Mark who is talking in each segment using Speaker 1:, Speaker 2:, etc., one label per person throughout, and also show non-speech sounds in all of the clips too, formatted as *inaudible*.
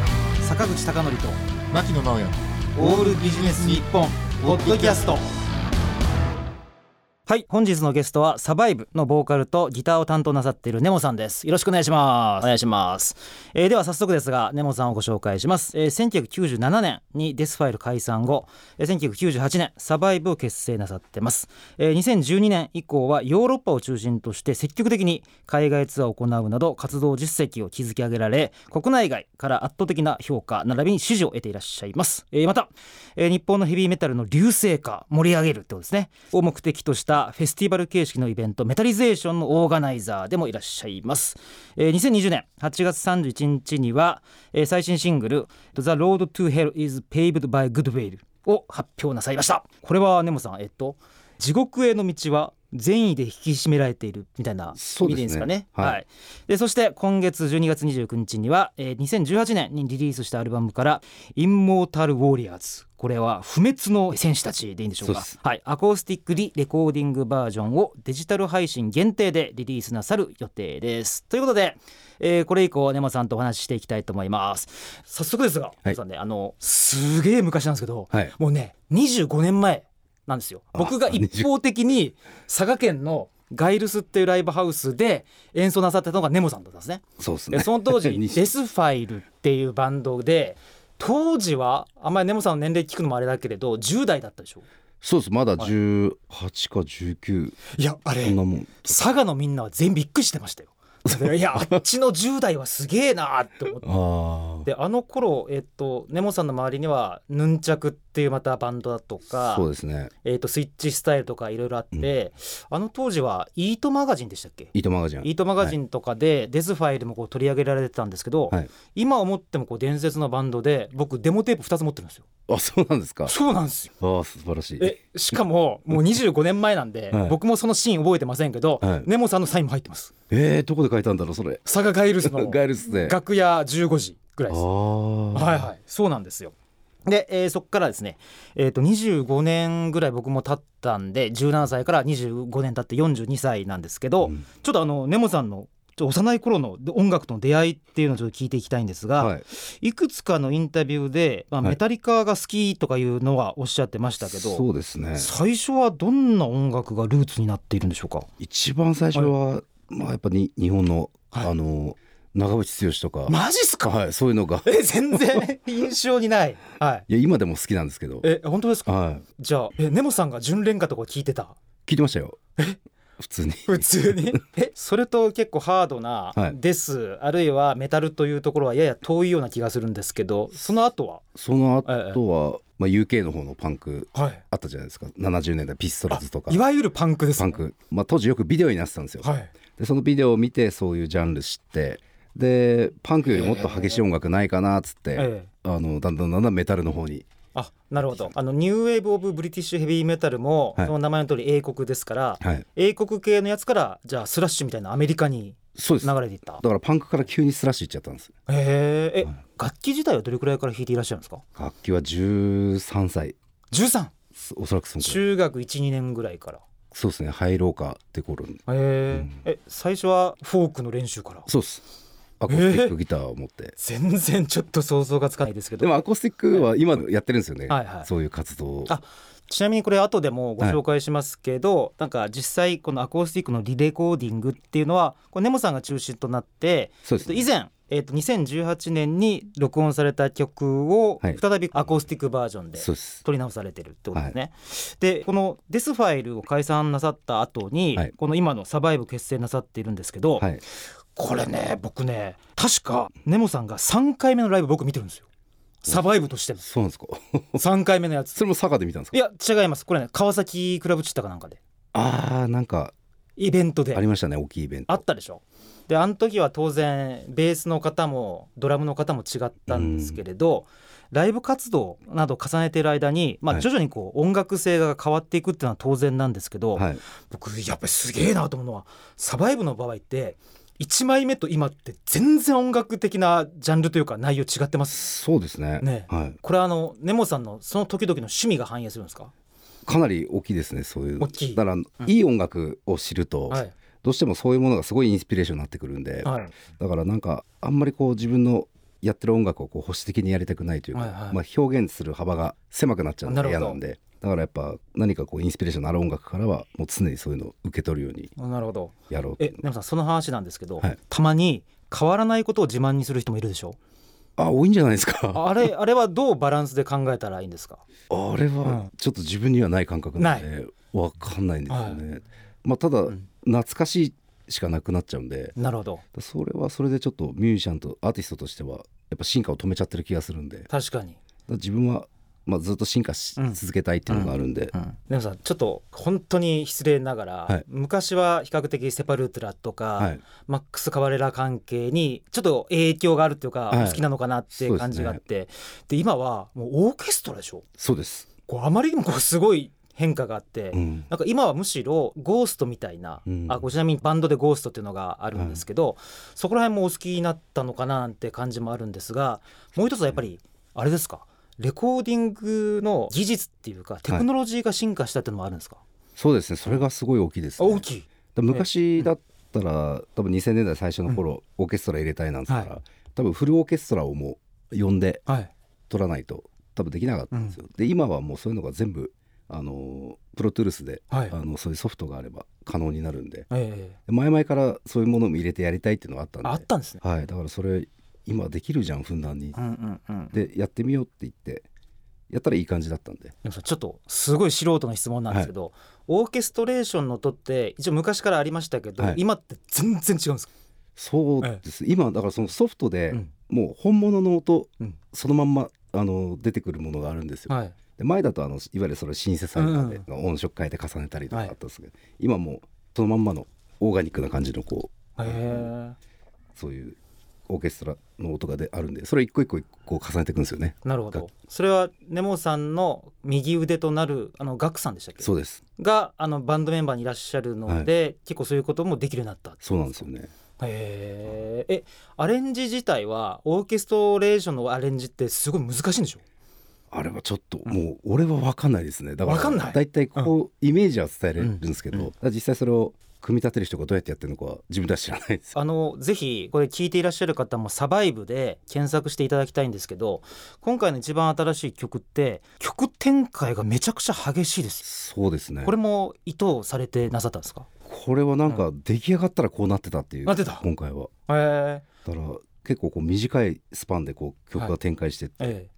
Speaker 1: 原口貴教と
Speaker 2: 牧野直哉
Speaker 1: オールビジネス日本ポッドキャストはい本日のゲストはサバイブのボーカルとギターを担当なさっているネモさんですよろしくお願いしま
Speaker 3: お
Speaker 1: す、
Speaker 3: 願いします。
Speaker 1: えーでは早速ですがネモさんをご紹介します、えー1997年にデスファイル解散後、えー1998年サバイブを結成なさってます、えー2012年以降はヨーロッパを中心として積極的に海外ツアーを行うなど活動実績を築き上げられ国内外から圧倒的な評価並びに支持を得ていらっしゃいます、えーまた、えー日本のヘビーメタルの流星化盛り上げるってことですねを目的としたフェスティバル形式のイベントメタリゼーションのオーガナイザーでもいらっしゃいます、えー2020年8月31日には、えー最新シングル「The Road to Hell is Paved by Good Will」を発表なさいましたこれはネモさんえっと地獄への道は善意で引き締められているみたいな
Speaker 4: そう
Speaker 1: 意味
Speaker 4: ですね
Speaker 1: でいいんですかね。
Speaker 4: はい
Speaker 1: はい。でそして今月12月29日には、えー、2018年にリリースしたアルバムからインモータルウォーリアーズ。これは不滅の戦士たちでいいんでしょうか。
Speaker 4: そうです
Speaker 1: はい。アコースティックリレコーディングバージョンをデジタル配信限定でリリースなさる予定です。ということで、えーこれ以降根間さんとお話ししていきたいと思います。早速ですが、根間さんね、あのすげえ昔なんですけど、
Speaker 4: はい
Speaker 1: もうね25年前なんですよ僕が一方的に佐賀県のガイルスっていうライブハウスで演奏なさってたのがネモさんだったんですね。
Speaker 4: そうです
Speaker 1: で
Speaker 4: *laughs* ね
Speaker 1: その
Speaker 4: *laughs*
Speaker 1: 当時
Speaker 4: に
Speaker 1: デスファイルっていうバンドで当時はあんまりネモさんの年齢聞くのもあれだけれど10代だったでしょ
Speaker 4: そうですまだ18か19
Speaker 1: いやあ
Speaker 4: そんなもん
Speaker 1: 佐賀のみんなは全員びっくりしてま *laughs* したよ。いやあっちの10代はすげえなーって思って
Speaker 4: あ
Speaker 1: であの頃えっとネモさんの周りにはヌンチャクっていうまたバンドだと
Speaker 4: あ
Speaker 1: か
Speaker 4: そうですね
Speaker 1: えー、とスイッチスタイルとかいろいろあって、あの当時はイートマガジンでしたっけ
Speaker 4: 糸マガジン
Speaker 1: イートマガジンとかでデスファイルもこう取り上げられてたんですけど、
Speaker 4: はい
Speaker 1: 今思ってもこう伝説のバンドで僕デモテープ2つ持ってるんですよ
Speaker 4: あそうなんですか
Speaker 1: そうなんですよ
Speaker 4: ああ素晴らしい
Speaker 1: えしかももう25年前なんで、
Speaker 4: はい
Speaker 1: 僕もそのシーン覚えてませんけど、
Speaker 4: はい
Speaker 1: ネモさんのサインも入ってます
Speaker 4: えー、どこで書いたんだろうそれ
Speaker 1: 佐賀ガイルスの
Speaker 4: *laughs* ガイルスで
Speaker 1: 楽屋15時ぐらい
Speaker 4: あ
Speaker 1: です
Speaker 4: あ
Speaker 1: はいはい、そうなんですよ。で、えーそこからですね、えー、と25年ぐらい僕も経ったんで17歳から25年経って42歳なんですけど、
Speaker 4: うん
Speaker 1: ちょっとあの根本さんのちょっと幼い頃の音楽との出会いっていうのをちょっと聞いていきたいんですが、
Speaker 4: はい
Speaker 1: い、くつかのインタビューで、まあ、
Speaker 4: はい
Speaker 1: メタリカが好きとかいうのはおっしゃってましたけど、
Speaker 4: そうですね
Speaker 1: 最初はどんな音楽がルーツになっているんでしょうか
Speaker 4: 一番最初は、まあやっぱり日本の、
Speaker 1: はい
Speaker 4: あの長渕剛とか、
Speaker 1: マジっすか、
Speaker 4: はいそういうのが
Speaker 1: え全
Speaker 4: *laughs*
Speaker 1: 然印象にない、はい、
Speaker 4: いや今でも好きなんですけど
Speaker 1: え本当ですか
Speaker 4: はい
Speaker 1: じゃあえ根本さんが純恋歌とか聞いてた
Speaker 4: 聞いてましたよ普通に
Speaker 1: 普通
Speaker 4: *laughs*
Speaker 1: にえそれと結構ハードな
Speaker 4: はい
Speaker 1: です、あるいはメタルというところはやや遠いような気がするんですけどその後は
Speaker 4: その後は、まあ UK の方のパンク
Speaker 1: はい
Speaker 4: あったじゃないですか70年代ピストルズとか
Speaker 1: いわゆるパンクです
Speaker 4: パ
Speaker 1: ね
Speaker 4: ンク、まあ、当時よくビデオになってたんですよ、
Speaker 1: はい
Speaker 4: でそのビデオを見てそういうジャンル知ってでパンクよりもっと激しい音楽ないかなっつって、
Speaker 1: ええ
Speaker 4: あのだんだんだんだんメタルの方に
Speaker 1: あなるほどあのニューウェーブ・オブ・ブリティッシュ・ヘビー・メタルも、
Speaker 4: はい
Speaker 1: その名前の通り英国ですから、
Speaker 4: はい
Speaker 1: 英国系のやつからじゃあスラッシュみたいなアメリカに
Speaker 4: そうです
Speaker 1: 流
Speaker 4: だか
Speaker 1: れていった
Speaker 4: らパンクから急にスラッシュいっちゃったんです
Speaker 1: へええ、
Speaker 4: はい
Speaker 1: 楽器自体はどれくらいから弾いていらっしゃるんですか
Speaker 4: 楽器は13歳
Speaker 1: 13!
Speaker 4: そおそらくそのくらい
Speaker 1: 中学12年ぐらいから
Speaker 4: そうですね入ろうかって頃に
Speaker 1: へえ,、え最初はフォークの練習から
Speaker 4: そうですアコースティックギターを持って、
Speaker 1: 全然ちょっと想像がつかないですけ
Speaker 4: で
Speaker 1: ど
Speaker 4: もアコースティックは今やってるんですよね、
Speaker 1: はいはい
Speaker 4: そういう活動を
Speaker 1: あちなみにこれ後でもご紹介しますけど、なんか実際このアコースティックのリレコーディングっていうのはこれネモさんが中心となって
Speaker 4: そうです
Speaker 1: 以前、えー、と2018年に録音された曲を
Speaker 4: はい
Speaker 1: 再びアコースティックバージョンで
Speaker 4: そうです
Speaker 1: 取り直されてるってことですね。でこのデスファイルを解散なさった後に、
Speaker 4: はい
Speaker 1: この今のサバイブ結成なさっているんですけど、
Speaker 4: はい
Speaker 1: これね僕ね確かネモさんが3回目のライブ僕見てるんですよ。サバイブとしても
Speaker 4: そうなんですか *laughs*
Speaker 1: 3回目のやつ
Speaker 4: それも佐賀で見たんですか
Speaker 1: いや違いますこれね川崎クラブチッタかなんかで
Speaker 4: ああなんか
Speaker 1: イベントで
Speaker 4: ありましたね大きいイベント
Speaker 1: あったでしょであの時は当然ベースの方もドラムの方も違ったんですけれど、ライブ活動などを重ねている間に、まあ、
Speaker 4: はい
Speaker 1: 徐々にこう音楽性が変わっていくっていうのは当然なんですけど、
Speaker 4: はい、
Speaker 1: 僕やっぱりすげえなと思うのはサバイブの場合って1枚目と今って全然音楽的なジャンルというか内容違ってます
Speaker 4: そうですね
Speaker 1: ね
Speaker 4: はい、
Speaker 1: これはあの根本さんのその時々の趣味が反映するんですか、
Speaker 4: かなり大きいですねそういう
Speaker 1: 大きい
Speaker 4: だから、いい音楽を知ると、
Speaker 1: はい
Speaker 4: どうしてもそういうものがすごいインスピレーションになってくるんで、
Speaker 1: はい、
Speaker 4: だからなんかあんまりこう自分のやってる音楽をこう保守的にやりたくないというか、
Speaker 1: はいはい
Speaker 4: まあ、表現する幅が狭くなっちゃうのが嫌なんでだからやっぱ何かこうインスピレーションのある音楽からはもう常にそういうのを受け取るように
Speaker 1: なるほど
Speaker 4: やろうってい
Speaker 1: え
Speaker 4: う
Speaker 1: 根本さんその話なんですけど、
Speaker 4: はい
Speaker 1: たまに変わらないことを自慢にする人もいるでしょ
Speaker 4: あ多いんじゃないですか
Speaker 1: あれあれはどうバランスで考えたらいいんですか
Speaker 4: あれはちょっと自分にはない感覚なのでわかんないんですよね、まあただ
Speaker 1: ん
Speaker 4: 懐かしいしかなくなっちゃうんで
Speaker 1: なるほど
Speaker 4: それはそれでちょっとミュージシャンとアーティストとしてはやっぱ進化を止めちゃってる気がするんでだか
Speaker 1: 確かに
Speaker 4: ら自分は、まあ、ずっと進化し
Speaker 1: うん
Speaker 4: 続けたいっていうのがあるんで、
Speaker 1: 根本さんちょっと本当に失礼ながら、
Speaker 4: はい
Speaker 1: 昔は比較的セパルートラとか、
Speaker 4: はい
Speaker 1: マックス・カバレラ関係にちょっと影響があるっていうか、
Speaker 4: はい
Speaker 1: お好きなのかなって感じがあってで,、今はもうオーケストラでしょ
Speaker 4: そうです、
Speaker 1: こうあまりにもこうすごい変化があって、
Speaker 4: うん
Speaker 1: なんか今はむしろゴーストみたいな、
Speaker 4: うん
Speaker 1: あこうちなみにバンドでゴーストっていうのがあるんですけど、そこら辺もお好きになったのかななんて感じもあるんですがもう一つはやっぱりあれですかレコーディングの技術っていうかテクノロジーが進化したっていうのもあるんですか、
Speaker 4: そうですねそれがすごい大きいです、
Speaker 1: あ
Speaker 4: ね、
Speaker 1: 大きい
Speaker 4: だから昔だったら多分2000年代最初の頃、オーケストラ入れたいなんですから、
Speaker 1: は
Speaker 4: 多分フルオーケストラをもう呼んで
Speaker 1: はい
Speaker 4: 撮らないと多分できなかったんですよ、で今はもうそういうのが全部あのプロトゥールスで、
Speaker 1: はい
Speaker 4: あのそういうソフトがあれば可能になるんで
Speaker 1: ええ
Speaker 4: 前々からそういうものも入れてやりたいっていうのはあったんで
Speaker 1: あったんですね、
Speaker 4: はい、だからそれ今できるじゃんふんだんに、
Speaker 1: うんうんうん、
Speaker 4: でやってみようって言ってやったらいい感じだったんで
Speaker 1: でもさちょっとすごい素人の質問なんですけど、オーケストレーションの音って一応昔からありましたけど、
Speaker 4: はい
Speaker 1: 今って全然違うんですか、
Speaker 4: そうです、今だからそのソフトで、
Speaker 1: うん
Speaker 4: もう本物の音、
Speaker 1: うん
Speaker 4: そのまんまあの出てくるものがあるんですよ、
Speaker 1: はい、
Speaker 4: で前だとあのいわゆるそれシンセサイザーで、
Speaker 1: うん
Speaker 4: 音色変えて重ねたりとかあ
Speaker 1: はい
Speaker 4: ったんですけど、今もうそのまんまのオーガニックな感じのこう
Speaker 1: へえ
Speaker 4: そういうオーケストラの音がであるんでそれを一個一個一個重ねていくんですよね
Speaker 1: なるほ
Speaker 4: が
Speaker 1: どそれはネモさんの右腕となるあのガクさんでしたっけ
Speaker 4: そうです
Speaker 1: があのバンドメンバーにいらっしゃるので、結構そういうこともできるようになった
Speaker 4: そうなんですよね
Speaker 1: へええアレンジ自体はオーケストレーションのアレンジってすごい難しいんでしょ
Speaker 4: あれはちょっともう俺は分かんないですねだから
Speaker 1: 分かんない
Speaker 4: 大体こうイメージは伝えれるんですけど、
Speaker 1: うんうん
Speaker 4: だから実際それを組み立てる人がどうやってやってるのかは自分では知らないです
Speaker 1: あのぜひこれ聞いていらっしゃる方も「サバイブ」で検索していただきたいんですけど今回の一番新しい曲って曲展開がめちゃくちゃ激しいです
Speaker 4: そうですね
Speaker 1: これも意図されてなさったんですか
Speaker 4: これはなんか出来上がったらこうなってたっていう
Speaker 1: なってた
Speaker 4: 今回は
Speaker 1: へ
Speaker 4: だから結構こう短いスパンでこう曲が展開してって、
Speaker 1: え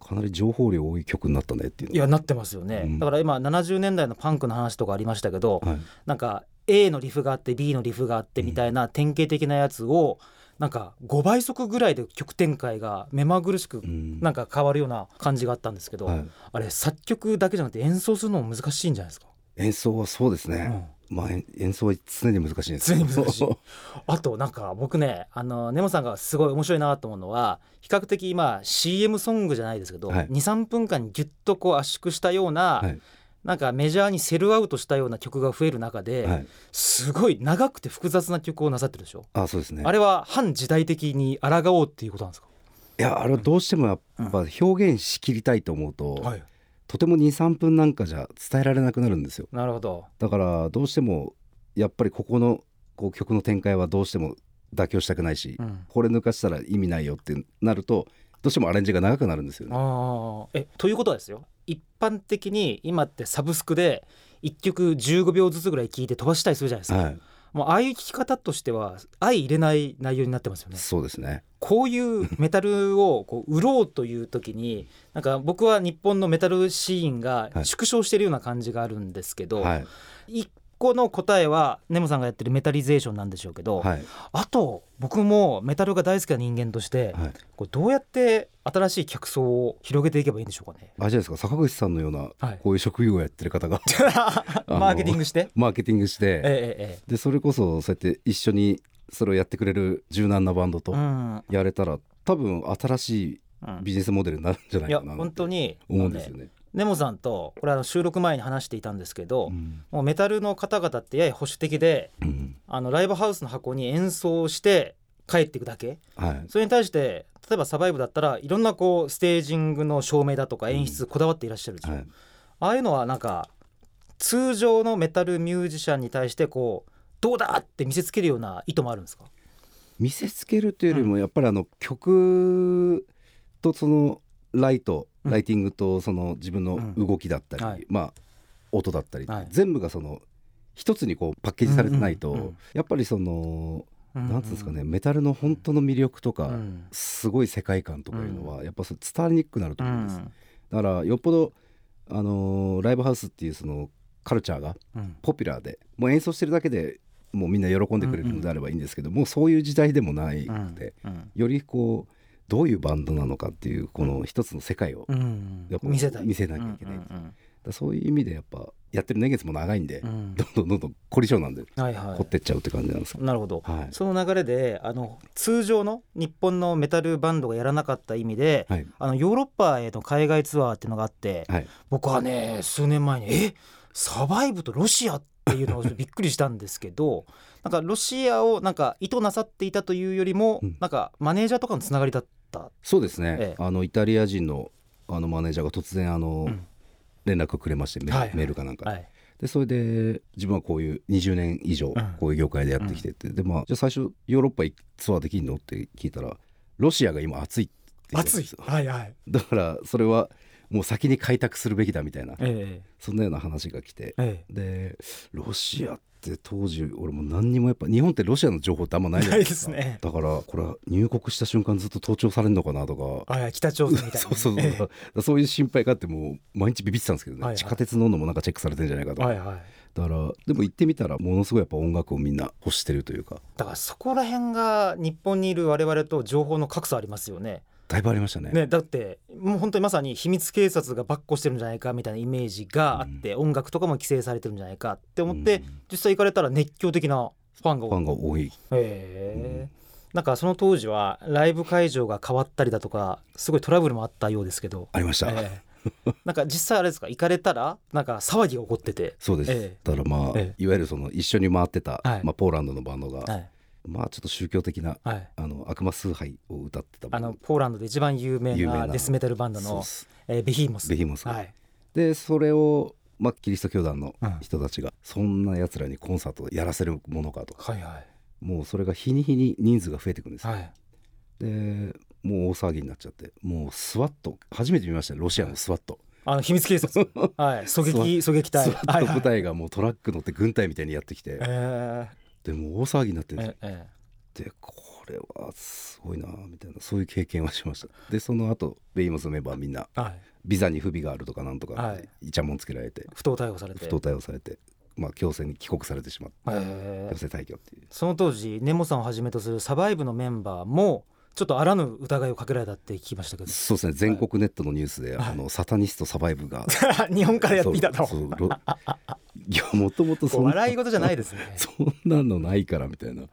Speaker 4: かなり情報量多い曲になったねっていう
Speaker 1: い
Speaker 4: の
Speaker 1: やなってますよね、
Speaker 4: うん
Speaker 1: だから今70年代のパンクの話とかありましたけど、
Speaker 4: はい、
Speaker 1: なんか A のリフがあって B のリフがあってみたいな典型的なやつをなんか5倍速ぐらいで曲展開が目まぐるしく
Speaker 4: うん
Speaker 1: なんか変わるような感じがあったんですけど、
Speaker 4: はい、
Speaker 1: あれ作曲だけじゃなくて演奏するのも難しいんじゃないですか、
Speaker 4: 演奏はそうですね、まあ演演奏は常に難しいです
Speaker 1: 常に難しい
Speaker 4: は
Speaker 1: あとなんか僕ねあのネモさんがすごい面白いなと思うのは比較的今 CM ソングじゃないですけど、
Speaker 4: はい
Speaker 1: 23分間にギュッとこう圧縮したような、
Speaker 4: い、
Speaker 1: なんかメジャーにセルアウトしたような曲が増える中で、
Speaker 4: *laughs* はい、
Speaker 1: すごい長くて複雑な曲をなさってるでしょ
Speaker 4: あそうですね
Speaker 1: あれは反時代的に抗おうっていうことなんですか。
Speaker 4: いやあれはどうしてもやっぱ表現しきりたいと思うと、
Speaker 1: い。
Speaker 4: とても23分なんかじゃ伝えられなくなるんですよ
Speaker 1: なるほど。
Speaker 4: だからどうしてもやっぱりここのこう曲の展開はどうしても妥協したくないし、
Speaker 1: うん。
Speaker 4: これ抜かしたら意味ないよってなるとどうしてもアレンジが長くなるんですよね。
Speaker 1: ああ。えということはですよ。一般的に今ってサブスクで一曲15秒ずつぐらい聞いて飛ばしたりするじゃないですか。
Speaker 4: は
Speaker 1: もうああいう聞き方としては相入れない内容になってますよ
Speaker 4: い、
Speaker 1: ね。
Speaker 4: そうですね。
Speaker 1: こういうメタルをこう売ろうという時に、なんか僕は日本のメタルシーンが
Speaker 4: はい
Speaker 1: 縮小してるような感じがあるんですけど、
Speaker 4: はい、
Speaker 1: 一個の答えはネモさんがやってるメタリゼーションなんでしょうけど、
Speaker 4: はい、
Speaker 1: あと僕もメタルが大好きな人間として、
Speaker 4: はい。
Speaker 1: これどうやって新しい客層を広げていけばいいんでしょうか
Speaker 4: *laughs*
Speaker 1: ね。 *laughs*
Speaker 4: あれじゃないですか坂口さんのような
Speaker 1: はい、
Speaker 4: こういう職業をやってる方が *laughs* の
Speaker 1: マーケティング
Speaker 4: *laughs*
Speaker 1: して、
Speaker 4: マーケティングして
Speaker 1: えええ
Speaker 4: でそれこそそうやって一緒にそれをやってくれる柔軟なバンド
Speaker 1: え、
Speaker 4: と
Speaker 1: うんう
Speaker 4: やれたら多分新しい
Speaker 1: ん、
Speaker 4: ビジネスモデルになるんじゃない
Speaker 1: い
Speaker 4: か
Speaker 1: や
Speaker 4: な
Speaker 1: 本当
Speaker 4: に
Speaker 1: に
Speaker 4: 思うんです
Speaker 1: あ
Speaker 4: よ
Speaker 1: のね
Speaker 4: ね。
Speaker 1: ネモさんとこれあの収録前に話していたんですけど、
Speaker 4: うん
Speaker 1: もうメタルの方々ってやや保守的で
Speaker 4: うん
Speaker 1: あのライブハウスの箱に演奏して帰っていくだけ
Speaker 4: はい
Speaker 1: それに対して例えば「サバイブ」だったらいろんなこうステージングの照明だとか
Speaker 4: うん
Speaker 1: 演出こだわっていらっしゃるでしょ、
Speaker 4: はい
Speaker 1: ああいうのはなんか通常のメタルミュージシャンに対してこうどうだって見せつけるような意図もあるんですか
Speaker 4: 見せつけるというよりもやっぱりあの曲とそのライト、
Speaker 1: うん
Speaker 4: ライティングとその自分の動きだったり、
Speaker 1: うんはい
Speaker 4: まあ音だったり、
Speaker 1: はい
Speaker 4: 全部がその一つにこうパッケージされてないと、
Speaker 1: うんうんうん
Speaker 4: やっぱりその
Speaker 1: う
Speaker 4: なんつうんですかねメタルの本当の魅力とか、
Speaker 1: うん
Speaker 4: すごい世界観とかいうのは、やっぱそれ伝わりにくくなると
Speaker 1: う
Speaker 4: 思うんです、
Speaker 1: ん
Speaker 4: だからよっぽど、あのーライブハウスっていうそのカルチャーが
Speaker 1: うん
Speaker 4: ポピュラーでもう演奏してるだけでもうみんな喜んでくれるのであればいいんですけど、もうそういう時代でもないくて、
Speaker 1: うん
Speaker 4: よりこうどういうバンドなのかっていうこの一つの世界を、だか
Speaker 1: うん
Speaker 4: やっぱ
Speaker 1: 見せたい
Speaker 4: 見せなきゃいけない
Speaker 1: うんうん
Speaker 4: らそういう意味でやっぱやってる年月も長いんで、
Speaker 1: うんうん
Speaker 4: どんどんどんどん凝り性なんで
Speaker 1: はいは
Speaker 4: 凝っ
Speaker 1: い
Speaker 4: てっちゃうって感じなんですけど、
Speaker 1: なるほど
Speaker 4: はい
Speaker 1: その流れであの通常の日本のメタルバンドがやらなかった意味で、
Speaker 4: はい
Speaker 1: あのヨーロッパへの海外ツアーっていうのがあって、
Speaker 4: はい
Speaker 1: 僕はね数年前に「えサバイブとロシア?」っていうのをちょっとびっくりしたんですけど *laughs* なんかロシアをなんか意図なさっていたというよりも、
Speaker 4: うん
Speaker 1: なんかマネージャーとかのつながりだった。
Speaker 4: そうですね、
Speaker 1: ええ
Speaker 4: あのイタリア人のあのマネージャーが突然あの、
Speaker 1: うん
Speaker 4: 連絡くれましてメ,、
Speaker 1: はいはい
Speaker 4: メールかなんかで、
Speaker 1: はい
Speaker 4: でそれで自分はこういう20年以上
Speaker 1: うん
Speaker 4: こういう業界でやってきてて、でまあじゃあ最初ヨーロッパ行くツアーできんのって聞いたらロシアが今熱いって言ってたんですよ
Speaker 1: はいはい、
Speaker 4: だからそれはもう先に開拓するべきだみたいな
Speaker 1: え
Speaker 4: そんなような話が来て
Speaker 1: ええ
Speaker 4: でロシアって当時俺も何にもやっぱ日本ってロシアの情報ってあんまないじゃないですか
Speaker 1: ないですね
Speaker 4: だからこれは入国した瞬間ずっと盗聴されるのかなとか
Speaker 1: えはい北朝鮮みたいな
Speaker 4: *laughs* そうそうそう、
Speaker 1: え
Speaker 4: そういう心配があってもう毎日ビビってたんですけどね、
Speaker 1: はいはい
Speaker 4: 地下鉄乗るのもなんかチェックされてんじゃないか
Speaker 1: え
Speaker 4: とか、
Speaker 1: はいはい
Speaker 4: だからでも行ってみたらものすごいやっぱ音楽をみんな欲してるというか
Speaker 1: だからそこら辺が日本にいる我々と情報の格差ありますよね。
Speaker 4: だいぶありましたね
Speaker 1: ね、だってもう本当にまさに秘密警察がばっこしてるんじゃないかみたいなイメージがあって、音楽とかも規制されてるんじゃないかって思って、
Speaker 4: うん
Speaker 1: 実際行かれたら熱狂的なファンが
Speaker 4: ファ
Speaker 1: 多い。
Speaker 4: ンが多い
Speaker 1: へえなんかその当時はライブ会場が変わったりだとかすごいトラブルもあったようですけど、
Speaker 4: ありました、
Speaker 1: ええなんか実際あれですか行かれたらなんか騒ぎが起こってて、
Speaker 4: そうです、
Speaker 1: ええ
Speaker 4: だからまあ、
Speaker 1: え
Speaker 4: いわゆるその一緒に回ってた、
Speaker 1: はい
Speaker 4: まあ、ポーランドのバンドが、
Speaker 1: はい
Speaker 4: まあちょっと宗教的な
Speaker 1: はい、
Speaker 4: あの悪魔崇拝を歌ってた
Speaker 1: あのポーランドで一番有名
Speaker 4: 有名
Speaker 1: な
Speaker 4: な
Speaker 1: デスメタルバンド
Speaker 4: そう
Speaker 1: の
Speaker 4: っ、す
Speaker 1: えーベヒーモス。
Speaker 4: ベヒモスが、
Speaker 1: はい
Speaker 4: でそれを、まあ、キリスト教団の
Speaker 1: うん
Speaker 4: 人たちが、そんな奴らにコンサートをやらせるものかとか
Speaker 1: はいはい
Speaker 4: もうそれが日に日に人数が増えていくんですよ、
Speaker 1: はい
Speaker 4: でもう大騒ぎになっちゃってもうスワット初めて見ましたねロシアのスワット、
Speaker 1: あの秘密警察はい狙撃狙撃隊
Speaker 4: スワットの部
Speaker 1: はいはい
Speaker 4: 隊がもうトラック乗って軍隊みたいにやってきて、
Speaker 1: え
Speaker 4: でもう大騒ぎになってるん
Speaker 1: ー
Speaker 4: です
Speaker 1: え
Speaker 4: よ
Speaker 1: え
Speaker 4: でこれはすごいなみたいなそういう経験はしましたでその後ベイモスのメンバーみんな
Speaker 1: えはい
Speaker 4: ビザに不備があるとかなんとか、
Speaker 1: はい
Speaker 4: イチャモンつけられて
Speaker 1: 不当逮捕されて
Speaker 4: 不当対応されて、まあ、強制に帰国されてしまって
Speaker 1: ええ
Speaker 4: 強制退去っていう
Speaker 1: その当時ネモさんをはじめとするサバイブのメンバーもちょっとあらぬ疑いをかけられたって聞きましたけど
Speaker 4: そうですね全国ネットのニュースで、
Speaker 1: はい
Speaker 4: あのサタニストサバイブ
Speaker 1: *laughs*
Speaker 4: が
Speaker 1: *laughs* 日本からやってきたと
Speaker 4: そうそうろいやもともとそんな
Speaker 1: 笑い事じゃないですね
Speaker 4: そんなのないからみたいな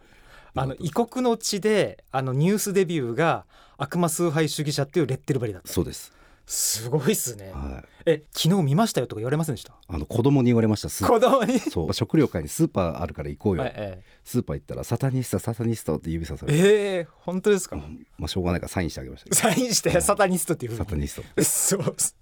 Speaker 1: あの異国の地であのニュースデビューが悪魔崇拝主義者っていうレッテル張りだった
Speaker 4: そうです、
Speaker 1: すごいっすね
Speaker 4: はい、
Speaker 1: え昨日見ましたよとか言われませんでした
Speaker 4: あの子供に言われましたスー
Speaker 1: 子供に
Speaker 4: そう食料買いにスーパーあるから行こうよ、
Speaker 1: はいえ
Speaker 4: スーパー行ったらサタニストサタニストって指ささ
Speaker 1: え
Speaker 4: れて、
Speaker 1: ええ本当ですか
Speaker 4: うんまあ、しょうがないからサインしてあげましたけ
Speaker 1: サインしてサタニストっていう *laughs*
Speaker 4: ど
Speaker 1: ふう
Speaker 4: サ
Speaker 1: に
Speaker 4: タニスト
Speaker 1: そうっす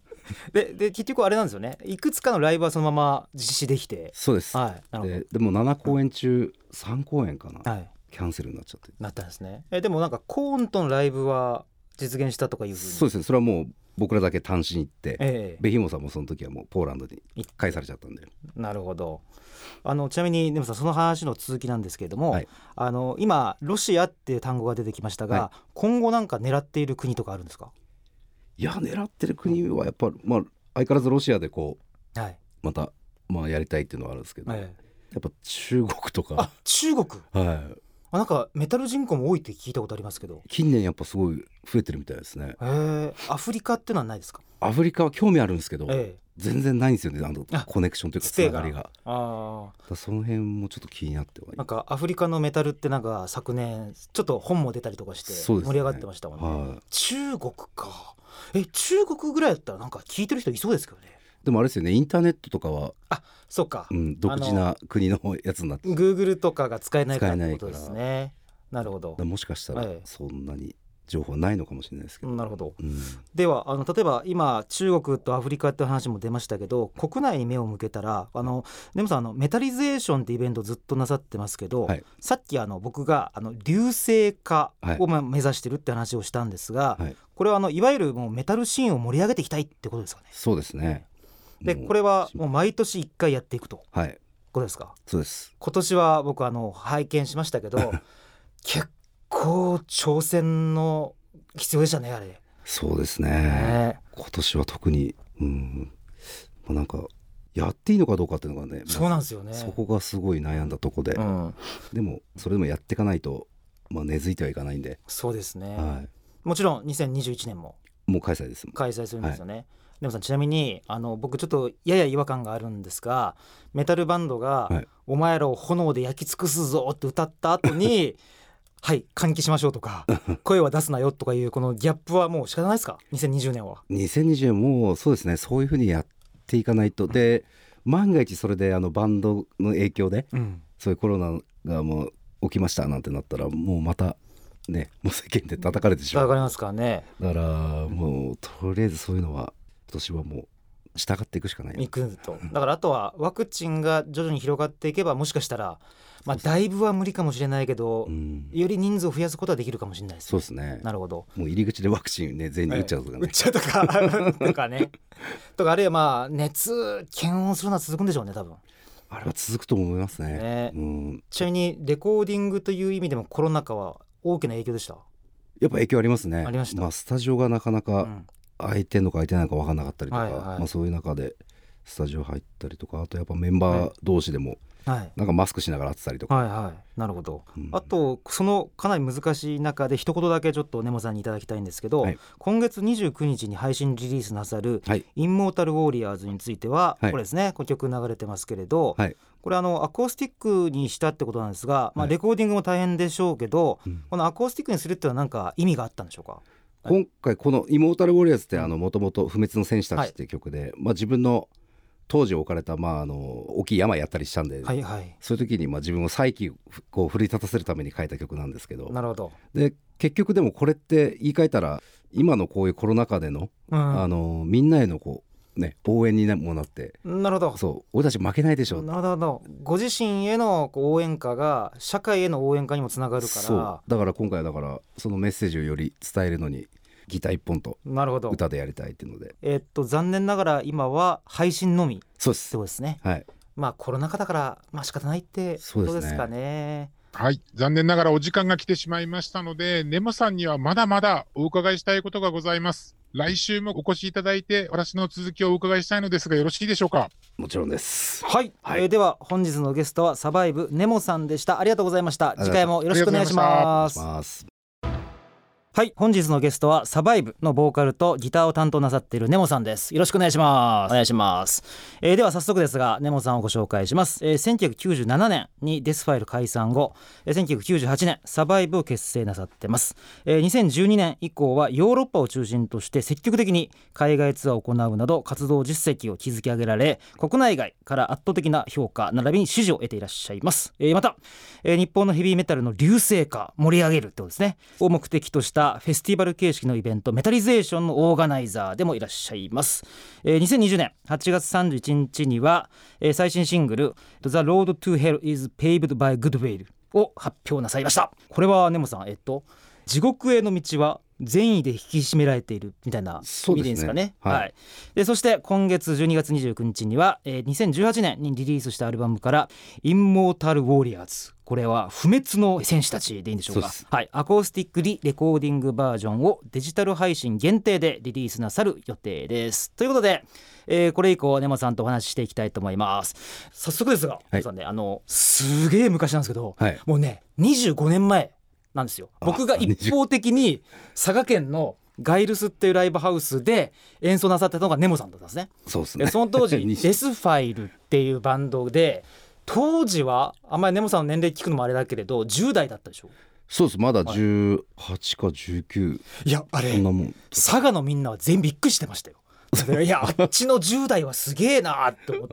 Speaker 1: でで結局あれなんですよねいくつかのライブはそのまま実施できて
Speaker 4: そうです、
Speaker 1: はいなるほど
Speaker 4: ででも7公演中3公演かな、
Speaker 1: はい
Speaker 4: キャンセルになっちゃって
Speaker 1: なったんですねえでもなんかコーンとのライブは実現したとかいうふうに
Speaker 4: そうですねそれはもう僕らだけ単身行って、
Speaker 1: ええ
Speaker 4: ベヒモさんもその時はもうポーランドに返されちゃったんで
Speaker 1: なるほどあのちなみに根本さんその話の続きなんですけれども、
Speaker 4: はい
Speaker 1: あの今ロシアっていう単語が出てきましたが、
Speaker 4: は
Speaker 1: 今後なんか狙っている国とかあるんですか
Speaker 4: いや狙ってる国はやっぱ、まあ、相変わらずロシアでこう
Speaker 1: はい、
Speaker 4: また、まあ、やりたいっていうのはあるんですけど、や
Speaker 1: ええ
Speaker 4: っぱ中国と
Speaker 1: あ
Speaker 4: か、
Speaker 1: 中国
Speaker 4: は
Speaker 1: あなんかメタル人口も多いって聞いたことありますけど
Speaker 4: い、近年やっぱすごい増えてるみたいですね
Speaker 1: ええアフリカってのはないですか、
Speaker 4: アフリカは興味あるんですけど、
Speaker 1: ええ、
Speaker 4: 全然ないんですよねあの
Speaker 1: あ
Speaker 4: コネクションというか
Speaker 1: つ
Speaker 4: つ
Speaker 1: て
Speaker 4: な
Speaker 1: が
Speaker 4: がりがだか
Speaker 1: ああ
Speaker 4: らその辺もちょっと気になってはい
Speaker 1: なんかアフリカのメタルってなんか昨年ちょっと本も出たりとかして
Speaker 4: そ
Speaker 1: 盛
Speaker 4: うですね
Speaker 1: り上がってましたもんね
Speaker 4: は
Speaker 1: 中国かえ中国ぐらいだったらなんか聞いてる人いそうですけどね
Speaker 4: い、でもあれですよねインターネットとかは、
Speaker 1: そうか、
Speaker 4: うん、独自な国のやつになってだか
Speaker 1: Google とかが使えないからっ
Speaker 4: 使え
Speaker 1: て
Speaker 4: な
Speaker 1: こ
Speaker 4: いか
Speaker 1: と
Speaker 4: ら
Speaker 1: ですねなるほど
Speaker 4: らもしかしたら
Speaker 1: ええ
Speaker 4: そんなに情報はないのかもしれないですけど、
Speaker 1: なるほど
Speaker 4: うん
Speaker 1: ではあの例えば今中国とアフリカって話も出ましたけど国内に目を向けたらあの根本さんあのメタリゼーションってイベントずっとなさってますけど、
Speaker 4: はい
Speaker 1: さっきあの僕があの流星化をまあ目指してるって話をしたんですが、
Speaker 4: はい
Speaker 1: これはあのいわゆるもうメタルシーンを盛り上げていきたいってことですかね。
Speaker 4: そうですね
Speaker 1: で
Speaker 4: もう
Speaker 1: これはもう毎年1回やっていくと
Speaker 4: はい
Speaker 1: ことですか
Speaker 4: そうです
Speaker 1: 今年は僕あの拝見しましたけ
Speaker 4: *laughs*
Speaker 1: ど結構挑戦の必要でしたねあれ。
Speaker 4: そうですね、
Speaker 1: ね
Speaker 4: 今年は特にうんまあなんかやっていいのかどうかっていうのがね
Speaker 1: そうなんですよね。
Speaker 4: そこがすごい悩んだとこで、
Speaker 1: うん、
Speaker 4: でもそれでもやっていかないと、まあ、根付いてはいかないんで、
Speaker 1: そうですね、
Speaker 4: は
Speaker 1: もちろん2021年も
Speaker 4: い、もう開催ですもん
Speaker 1: 開催するんですよね。でもさんちなみにあの僕ちょっとやや違和感があるんですがメタルバンドが
Speaker 4: はい
Speaker 1: 「お前らを炎で焼き尽くすぞ」って歌った後
Speaker 4: *laughs*
Speaker 1: に「はい換気しましょう」とか「声は出すなよ」とかいうこのギャップはもう仕方ないですか2020年は。
Speaker 4: 2020年もそうですねそういうふうにやっていかないとで万が一それであのバンドの影響で
Speaker 1: うん、
Speaker 4: そういうコロナがもう起きましたなんてなったらもうまたねもう世間で叩かれてしま
Speaker 1: わ
Speaker 4: う
Speaker 1: かりますからね
Speaker 4: だからもうとりあえずそういうのは今年はもう従っていくしかない
Speaker 1: 行くとだからあとはワクチンが徐々に広がっていけばもしかしたら、まあ、だいぶは無理かもしれないけど
Speaker 4: うん、
Speaker 1: より人数を増やすことはできるかもしれないです
Speaker 4: そう
Speaker 1: ね。
Speaker 4: ですね
Speaker 1: なるほど
Speaker 4: もう入り口でワクチンね全員に打っちゃうとか
Speaker 1: 打っ
Speaker 4: ね、
Speaker 1: ちゃうとか *laughs* とかねとかあるいはまあ熱検温するのは続くんでしょうね多分
Speaker 4: あれは続くと思いますね
Speaker 1: ね
Speaker 4: うん、
Speaker 1: ちなみにレコーディングという意味でもコロナ禍は大きな影響でした、
Speaker 4: やっぱ影響ありますね
Speaker 1: ありました
Speaker 4: あ、スタジオがなかな
Speaker 1: う
Speaker 4: か
Speaker 1: ん、
Speaker 4: 空いてんのか空いてないのか分からなかったりとか、
Speaker 1: はいはい
Speaker 4: まあ、そういう中でスタジオ入ったりとかあとやっぱメンバー同士でも
Speaker 1: はい
Speaker 4: なんかマスクしながら会ってたりとか、
Speaker 1: はいはいなるほど
Speaker 4: うん
Speaker 1: あとそのかなり難しい中で一言だけちょっと根本さんにいただきたいんですけど、
Speaker 4: はい
Speaker 1: 今月29日に配信リリースなさる
Speaker 4: はい
Speaker 1: 「インモータル・ウォーリアーズ」については、
Speaker 4: はい
Speaker 1: これですねこの曲流れてますけれど、
Speaker 4: はい
Speaker 1: これあのアコースティックにしたってことなんですが、まあ、
Speaker 4: はい
Speaker 1: レコーディングも大変でしょうけど、
Speaker 4: うん
Speaker 1: このアコースティックにするっていうのは何か意味があったんでしょうか
Speaker 4: 今回この「イモータル・ウォリアーズ」ってもともと「不滅の戦士たち」っていう曲で、まあ、自分の当時置かれた、まあ、あの大きい山やったりしたんで、
Speaker 1: はいはい
Speaker 4: そういう時にまあ自分を再起こう奮い立たせるために書いた曲なんですけど
Speaker 1: なるほど、
Speaker 4: で結局でもこれって言い換えたら今のこういうコロナ禍での,、
Speaker 1: うん
Speaker 4: あのみんなへのこう、ね、応援にもなって
Speaker 1: なるほど
Speaker 4: そう俺たち負けないでしょ
Speaker 1: なるほどご自身へのこう応援歌が社会への応援歌にもつながるか
Speaker 4: そうだから今回はだからそのメッセージをより伝えるのにギター一本と
Speaker 1: らなるほど
Speaker 4: 歌でやりたいっていうので
Speaker 1: えっと残念ながら今は配信のみって
Speaker 4: そうです
Speaker 1: ことですね
Speaker 4: はい
Speaker 1: まあコロナ禍だからまあ仕方ないって
Speaker 4: そう
Speaker 1: こ
Speaker 4: ですね
Speaker 1: とですかね
Speaker 2: はい。残念ながらお時間が来てしまいましたので、ネモさんにはまだまだお伺いしたいことがございます。来週もお越しいただいて、私の続きをお伺いしたいのですが、よろしいでしょうか。
Speaker 4: もちろんです
Speaker 1: はい、
Speaker 4: はい
Speaker 1: えーでは本日のゲストはサバイブネモさんでしたありがとうございました次回もよろしくお願いします
Speaker 4: ます
Speaker 1: はい本日のゲストはサバイブのボーカルとギターを担当なさっているネモさんですよろしくお願いしますお願いします、えーでは早速ですがネモさんをご紹介します、えー1997年にデスファイル解散後、えー1998年サバイブを結成なさってます、えー2012年以降はヨーロッパを中心として積極的に海外ツアーを行うなど活動実績を築き上げられ国内外から圧倒的な評価並びに支持を得ていらっしゃいます、えーまた、えー日本のヘビーメタルの流星化盛り上げるってことですねを目的としたフェスティバル形式のイベントメタリゼーションのオーガナイザーでもいらっしゃいます、えー2020年8月31日には、えー最新シングル「The Road to Hell is Paved by Good Will」を発表なさいましたこれはネモさんえっと地獄への道は善意で引き締められているみたいな
Speaker 4: そう
Speaker 1: 意
Speaker 4: ですね
Speaker 1: 味いいんですかね、
Speaker 4: はい
Speaker 1: はい、でそして今月12月29日には、えー2018年にリリースしたアルバムから「インモータル・ウォーリアーズ」これは不滅の戦士たちでいいんでしょうか
Speaker 4: そうです
Speaker 1: はい、アコースティックリレコーディングバージョンをデジタル配信限定でリリースなさる予定ですということで、えーこれ以降根本さんとお話ししていきたいと思います早速ですが、根本さんねあのすげえ昔なんですけど、
Speaker 4: はい
Speaker 1: もうね25年前なんですよ
Speaker 4: あ
Speaker 1: 僕が一方的に佐賀県のガイルスっていうライブハウスで演奏なさってたのがネモさんだったんですね。
Speaker 4: そうです
Speaker 1: で
Speaker 4: ね
Speaker 1: その当時 *laughs*
Speaker 4: *laughs* に
Speaker 1: デスファイルっていうバンドで当時はあんまりネモさんの年齢聞くのもあれだけれど10代だったでしょ
Speaker 4: そうですまだ18か19
Speaker 1: いやあれ
Speaker 4: そんなもん
Speaker 1: 佐賀のみんなは全員びっくりしてましたよ。いやあっちの10代はすげえなーって思っ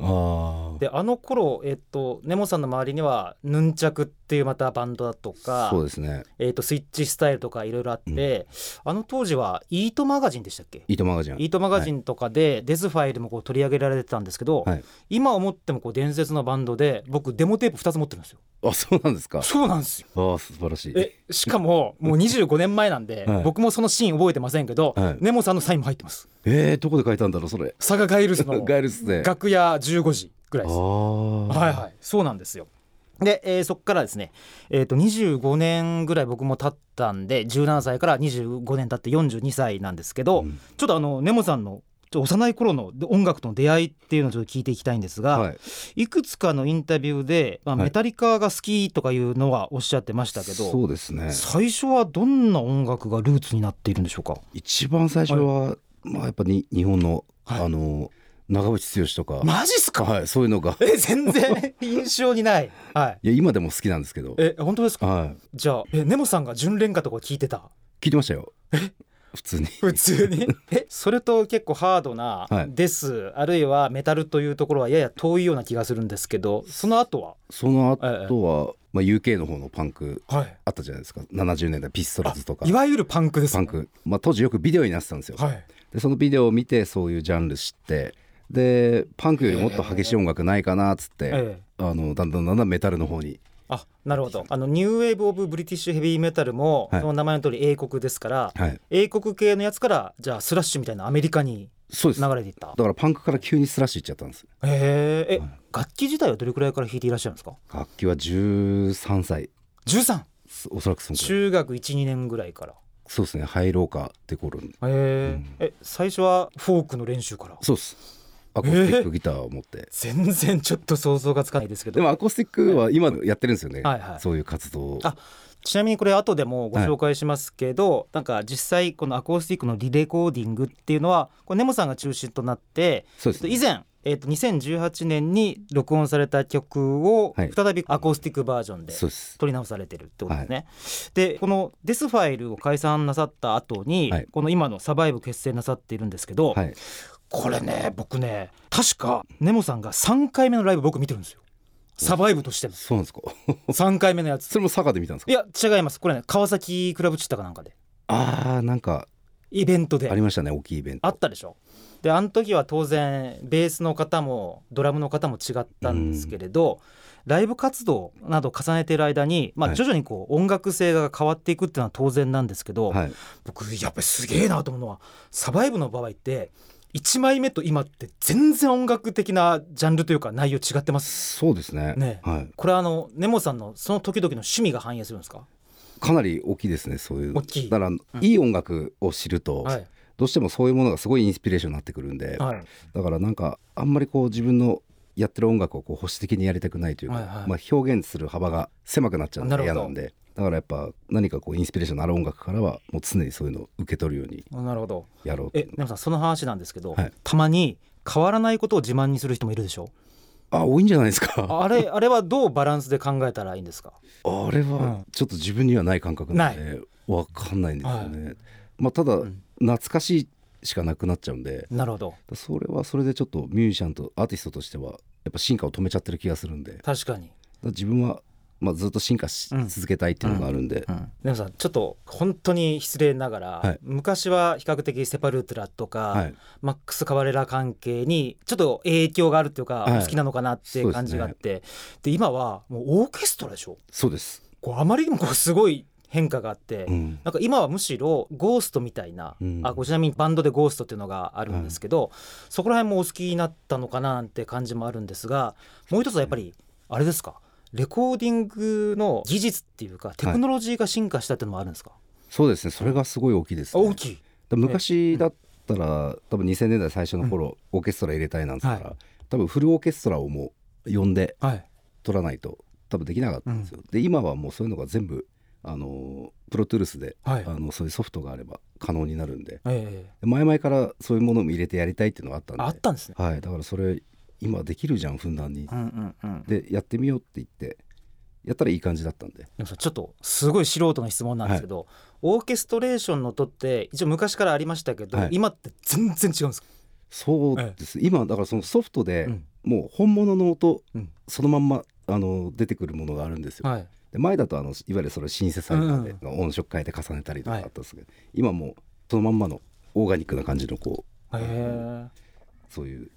Speaker 1: て。
Speaker 4: ああ
Speaker 1: であの頃えっと根本さんの周りにはヌンチャクっっていうまたバンドだとか
Speaker 4: そうですね
Speaker 1: えー、とスイッチスタイルとかいろいろあって、あの当時はイートマガジンでしたっけ
Speaker 4: イートマガジン
Speaker 1: イートマガジンとかでデスファイルもこう取り上げられてたんですけど、
Speaker 4: はい
Speaker 1: 今思ってもこう伝説のバンドで僕デモテープ2つ持ってるんですよ
Speaker 4: あそうなんですか
Speaker 1: そうなんですよ
Speaker 4: ああ素晴らしい
Speaker 1: えしかももう25年前なんで、
Speaker 4: はい
Speaker 1: 僕もそのシーン覚えてませんけど、
Speaker 4: はい
Speaker 1: ネモさんのサインも入ってます
Speaker 4: えー、どこで書いたんだろうそれ
Speaker 1: 佐賀ガイルスの
Speaker 4: *laughs* ガイルスで
Speaker 1: 楽屋15時ぐらい
Speaker 4: あ
Speaker 1: です
Speaker 4: あ
Speaker 1: はいはい、そうなんですよ。で、えーそこからですね、えー、と25年ぐらい僕も経ったんで17歳から25年経って42歳なんですけど、
Speaker 4: うん
Speaker 1: ちょっとあのネモさんのちょっと幼い頃ので音楽との出会いっていうのをちょっと聞いていきたいんですが、
Speaker 4: はい
Speaker 1: い、くつかのインタビューで、まあ、
Speaker 4: はい
Speaker 1: メタリカが好きとかいうのはおっしゃってましたけど、
Speaker 4: そうですね
Speaker 1: 最初はどんな音楽がルーツになっているんでしょうか
Speaker 4: 一番最初は、まあやっぱに日本の、
Speaker 1: はい
Speaker 4: あの長渕剛とか、
Speaker 1: マジっすか、
Speaker 4: はいそういうのが
Speaker 1: え全然 *laughs* 印象にない、はい、
Speaker 4: いや今でも好きなんですけど
Speaker 1: え本当ですか
Speaker 4: はい
Speaker 1: じゃあえネモさんが純恋歌とか聞いてた
Speaker 4: 聞いてましたよ普通に
Speaker 1: 普通に
Speaker 4: *laughs*
Speaker 1: えそれと結構ハードな
Speaker 4: はい
Speaker 1: です、あるいはメタルというところはやや遠いような気がするんですけどその後は
Speaker 4: その後は、まあ、UK の方のパンク
Speaker 1: はい
Speaker 4: あったじゃないですか70年代ピストルズとか
Speaker 1: いわゆるパンクです
Speaker 4: パンク、まあ、当時よくビデオになってたんですよ、
Speaker 1: はい
Speaker 4: でそのビデオを見てそういうジャンル知ってでパンクよりもっと激しい音楽ないかなっつって、
Speaker 1: ええ
Speaker 4: あのだんだんだんだんメタルの方に
Speaker 1: あなるほどあのニューウェーブ・オブ・ブリティッシュ・ヘビー・メタルも、
Speaker 4: はい
Speaker 1: その名前の通り英国ですから
Speaker 4: はい
Speaker 1: 英国系のやつからじゃあスラッシュみたいなアメリカに
Speaker 4: そうです
Speaker 1: 流
Speaker 4: だ
Speaker 1: れていった
Speaker 4: からパンクから急にスラッシュいっちゃったんです
Speaker 1: へええ、
Speaker 4: はい
Speaker 1: 楽器自体はどれくらいから弾いていらっしゃるんですか
Speaker 4: 楽器は13歳
Speaker 1: 13!
Speaker 4: そおそらくそのくらい
Speaker 1: 中学12年ぐらいから
Speaker 4: そうですね入ろうかって頃に
Speaker 1: へえ,、え最初はフォークの練習から
Speaker 4: そうですアコースティックギターを持って、
Speaker 1: 全然ちょっと想像がつかないですけ
Speaker 4: で
Speaker 1: ど
Speaker 4: もアコースティックは今やってるんですよね、
Speaker 1: はいはい
Speaker 4: そういう活動を
Speaker 1: あちなみにこれ後でもご紹介しますけど、なんか実際このアコースティックのリレコーディングっていうのはこれネモさんが中心となって
Speaker 4: そう
Speaker 1: ちょ
Speaker 4: で
Speaker 1: っ
Speaker 4: す
Speaker 1: と
Speaker 4: ね
Speaker 1: 以前、えー、と2018年に録音された曲を
Speaker 4: はい
Speaker 1: 再びアコースティックバージョンで
Speaker 4: そうです
Speaker 1: 撮り直されてるってことですね。でこのデスファイルを解散なさった後に、
Speaker 4: はい
Speaker 1: この今のサバイブ結成なさっているんですけど、
Speaker 4: はい
Speaker 1: これね僕ね確かネモさんが3回目のライブ僕見てるんですよサバイブとしても
Speaker 4: そうなんですか
Speaker 1: 3回目のやつ
Speaker 4: それも佐賀で見たんですか
Speaker 1: いや違いますこれね川崎クラブチッタかなんかで
Speaker 4: ああなんか
Speaker 1: イベントで
Speaker 4: ありましたね大きいイベント
Speaker 1: あったでしょであの時は当然ベースの方もドラムの方も違ったんですけれど、ライブ活動などを重ねている間に、まあ、
Speaker 4: はい
Speaker 1: 徐々にこう音楽性が変わっていくっていうのは当然なんですけど、
Speaker 4: はい、
Speaker 1: 僕やっぱりすげえなと思うのはサバイブの場合って1枚目と今って全然音楽的なジャンルというか内容違ってます
Speaker 4: そうですね
Speaker 1: ね
Speaker 4: はい、
Speaker 1: これはあのネモさんのその時々の趣味が反映するんですか
Speaker 4: かなり大きいですねそういう
Speaker 1: 大きい
Speaker 4: だから、いい音楽を知ると、
Speaker 1: はい、
Speaker 4: どうしてもそういうものがすごいインスピレーションになってくるんで、
Speaker 1: はい、
Speaker 4: だからなんかあんまりこう自分のやってる音楽をこう保守的にやりたくないというか、
Speaker 1: はいはい
Speaker 4: まあ、表現する幅が狭くなっちゃうの
Speaker 1: なるほ
Speaker 4: が
Speaker 1: ど
Speaker 4: 嫌なんでだからやっぱ何かこうインスピレーションのある音楽からはもう常にそういうのを受け取るように
Speaker 1: なるほど
Speaker 4: やろうってい
Speaker 1: え
Speaker 4: うの
Speaker 1: でもさその話なんですけど、
Speaker 4: はい
Speaker 1: たまに変わらないことを自慢にする人もいるでしょ
Speaker 4: あ多いんじゃないですか
Speaker 1: あれあれはどうバランスで考えたらいいんですか
Speaker 4: あれはちょっと自分にはない感覚なんでわかんないんですよね、まあ、ただ
Speaker 1: ん
Speaker 4: 懐かしいしかなくなっちゃうんで
Speaker 1: なるほど
Speaker 4: それはそれでちょっとミュージシャンとアーティストとしてはやっぱ進化を止めちゃってる気がするんでだか
Speaker 1: 確かに、
Speaker 4: ら自分は、まあ、ずっと進化し
Speaker 1: うん
Speaker 4: 続けたいっていうのがあるんで、
Speaker 1: でもさちょっと本当に失礼ながら、
Speaker 4: はい
Speaker 1: 昔は比較的セパルートラとか、
Speaker 4: はい
Speaker 1: マックス・カバレラ関係にちょっと影響があるっていうか、
Speaker 4: はい
Speaker 1: お好きなのかなって感じがあってで,、今はもうオーケストラでしょ
Speaker 4: そうです、
Speaker 1: こうあまりにもこうすごい変化があって、
Speaker 4: うん
Speaker 1: なんか今はむしろゴーストみたいな、
Speaker 4: うん
Speaker 1: あこうちなみにバンドでゴーストっていうのがあるんですけど、そこら辺もお好きになったのかななんて感じもあるんですがもう一つはやっぱりあれですかレコーディングの技術っていうかテクノロジーが進化したっていうのもあるんですか、
Speaker 4: そうですねそれがすごい大きいです、
Speaker 1: あ
Speaker 4: ね、
Speaker 1: 大きい
Speaker 4: だ昔だったら多分2000年代最初の頃、オーケストラ入れたいなんですから、
Speaker 1: は
Speaker 4: 多分フルオーケストラをもう呼んで
Speaker 1: はい
Speaker 4: 撮らないと多分できなかったんですよ、で今はもうそういうのが全部あのプロトゥルスで、
Speaker 1: はい
Speaker 4: あのそういうソフトがあれば可能になるんで
Speaker 1: ええ
Speaker 4: 前々からそういうものも入れてやりたいっていうのはあったんで
Speaker 1: あったんですね、
Speaker 4: はい、だからそれ今できるじゃんふんだんに、
Speaker 1: うんうんうん、で
Speaker 4: でやってみようって言ってやったらいい感じだったんで
Speaker 1: もさちょっとすごい素人の質問なんですけど、オーケストレーションの音って一応昔からありましたけど、
Speaker 4: はい
Speaker 1: 今って全然違うんですか、
Speaker 4: そうです、今だからそのソフトで、
Speaker 1: うん
Speaker 4: もう本物の音、
Speaker 1: うん
Speaker 4: そのまんまあの出てくるものがあるんですよ、
Speaker 1: はい
Speaker 4: で前だとあのいわゆるそれシンセサイザーで音色変えて重ねたりとかあったんですけど、今もうそのまんまのオーガニックな感じのこう、
Speaker 1: へ
Speaker 4: そういう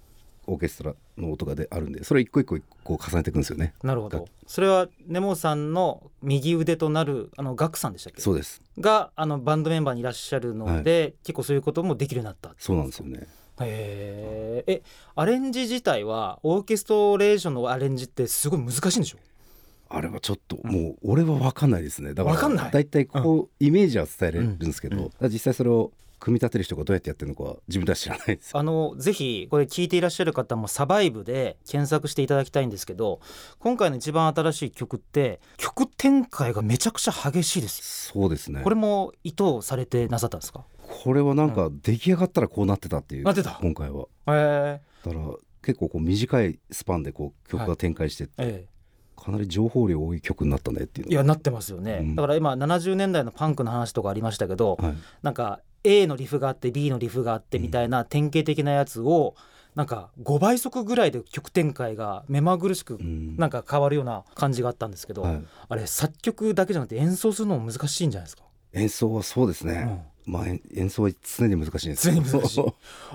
Speaker 4: オーケストラの音がであるんでそれを一個一個一個こう重ねていくんですよね。
Speaker 1: なるほどそれは根本さんの右腕となるあのガクさんでしたっけ
Speaker 4: そうです
Speaker 1: があのバンドメンバーにいらっしゃるので、結構そういうこともできるようになった
Speaker 4: そうなんですよね。
Speaker 1: へーえアレンジ自体はオーケストレーションのアレンジってすごい難しいんでしょ
Speaker 4: あれはちょっともう俺は分かんないですねだから
Speaker 1: 分かんない
Speaker 4: 大体こうイメージは伝えれるんですけ
Speaker 1: うんうん
Speaker 4: ど、ただ実際それを組み立てる人がどうやってやってるのかは自分では知らないですよ
Speaker 1: あのぜひこれ聞いていらっしゃる方も「サバイブ」で検索していただきたいんですけど今回の一番新しい曲って曲展開がめちゃくちゃ激しいですよ
Speaker 4: そうですね
Speaker 1: これも意図されてなさったんですか
Speaker 4: これはなんか出来上がったらこうなってたっていう、
Speaker 1: なってた
Speaker 4: 今回は
Speaker 1: へ
Speaker 4: だから結構こう短いスパンでこう曲が展開して、
Speaker 1: え
Speaker 4: かなり情報量多い曲になったねっていう
Speaker 1: い
Speaker 4: の
Speaker 1: やなってますよね、
Speaker 4: うん
Speaker 1: だから今70年代のパンクの話とかありましたけど、
Speaker 4: はい、
Speaker 1: なんか A のリフがあって B のリフがあってみたいな典型的なやつをなんか5倍速ぐらいで曲展開が目まぐるしく
Speaker 4: うん
Speaker 1: なんか変わるような感じがあったんですけど、
Speaker 4: はい
Speaker 1: あれ作曲だけじゃなくて演奏するのも難しいんじゃないですか、
Speaker 4: 演奏はそうですね、まあ演演奏は常に難しいです
Speaker 1: 常に難しい
Speaker 4: は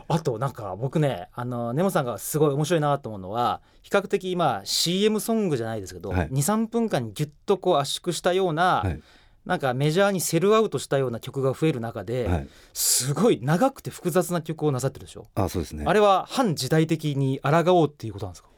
Speaker 1: あとなんか僕ねあのネモさんがすごい面白いなと思うのは比較的今 CM ソングじゃないですけど、
Speaker 4: はい
Speaker 1: 23分間にギュッとこう圧縮したような、
Speaker 4: い、
Speaker 1: なんかメジャーにセルアウトしたような曲が増える中で、
Speaker 4: *laughs* はい、
Speaker 1: すごい長くて複雑な曲をなさってるでしょ
Speaker 4: あそうですね
Speaker 1: あれは反時代的に抗おうっていうことなんですか。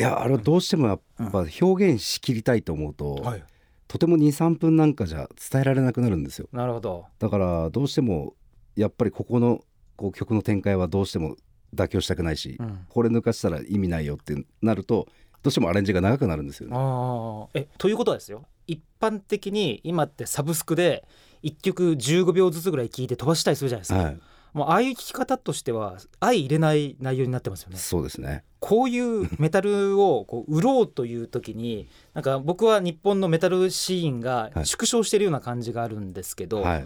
Speaker 4: いやあれはどうしてもやっぱ表現しきりたいと思うと、
Speaker 1: い。
Speaker 4: とても23分なんかじゃ伝えられなくなるんですよ
Speaker 1: なるほど。
Speaker 4: だからどうしてもやっぱりここのこう曲の展開はどうしても妥協したくないし、
Speaker 1: うん。
Speaker 4: これ抜かしたら意味ないよってなるとどうしてもアレンジが長くなるんですよね。
Speaker 1: ああ。え、ということはですよ。一般的に今ってサブスクで一曲15秒ずつぐらい聞いて飛ばしたりするじゃないですか。
Speaker 4: はい、
Speaker 1: もうああいう聞き方としては相入れない内容になってますよね。
Speaker 4: そうですね。
Speaker 1: こういうメタルをこう売ろうという時に、なんか僕は日本のメタルシーンが
Speaker 4: はい
Speaker 1: 縮小してるような感じがあるんですけど、
Speaker 4: は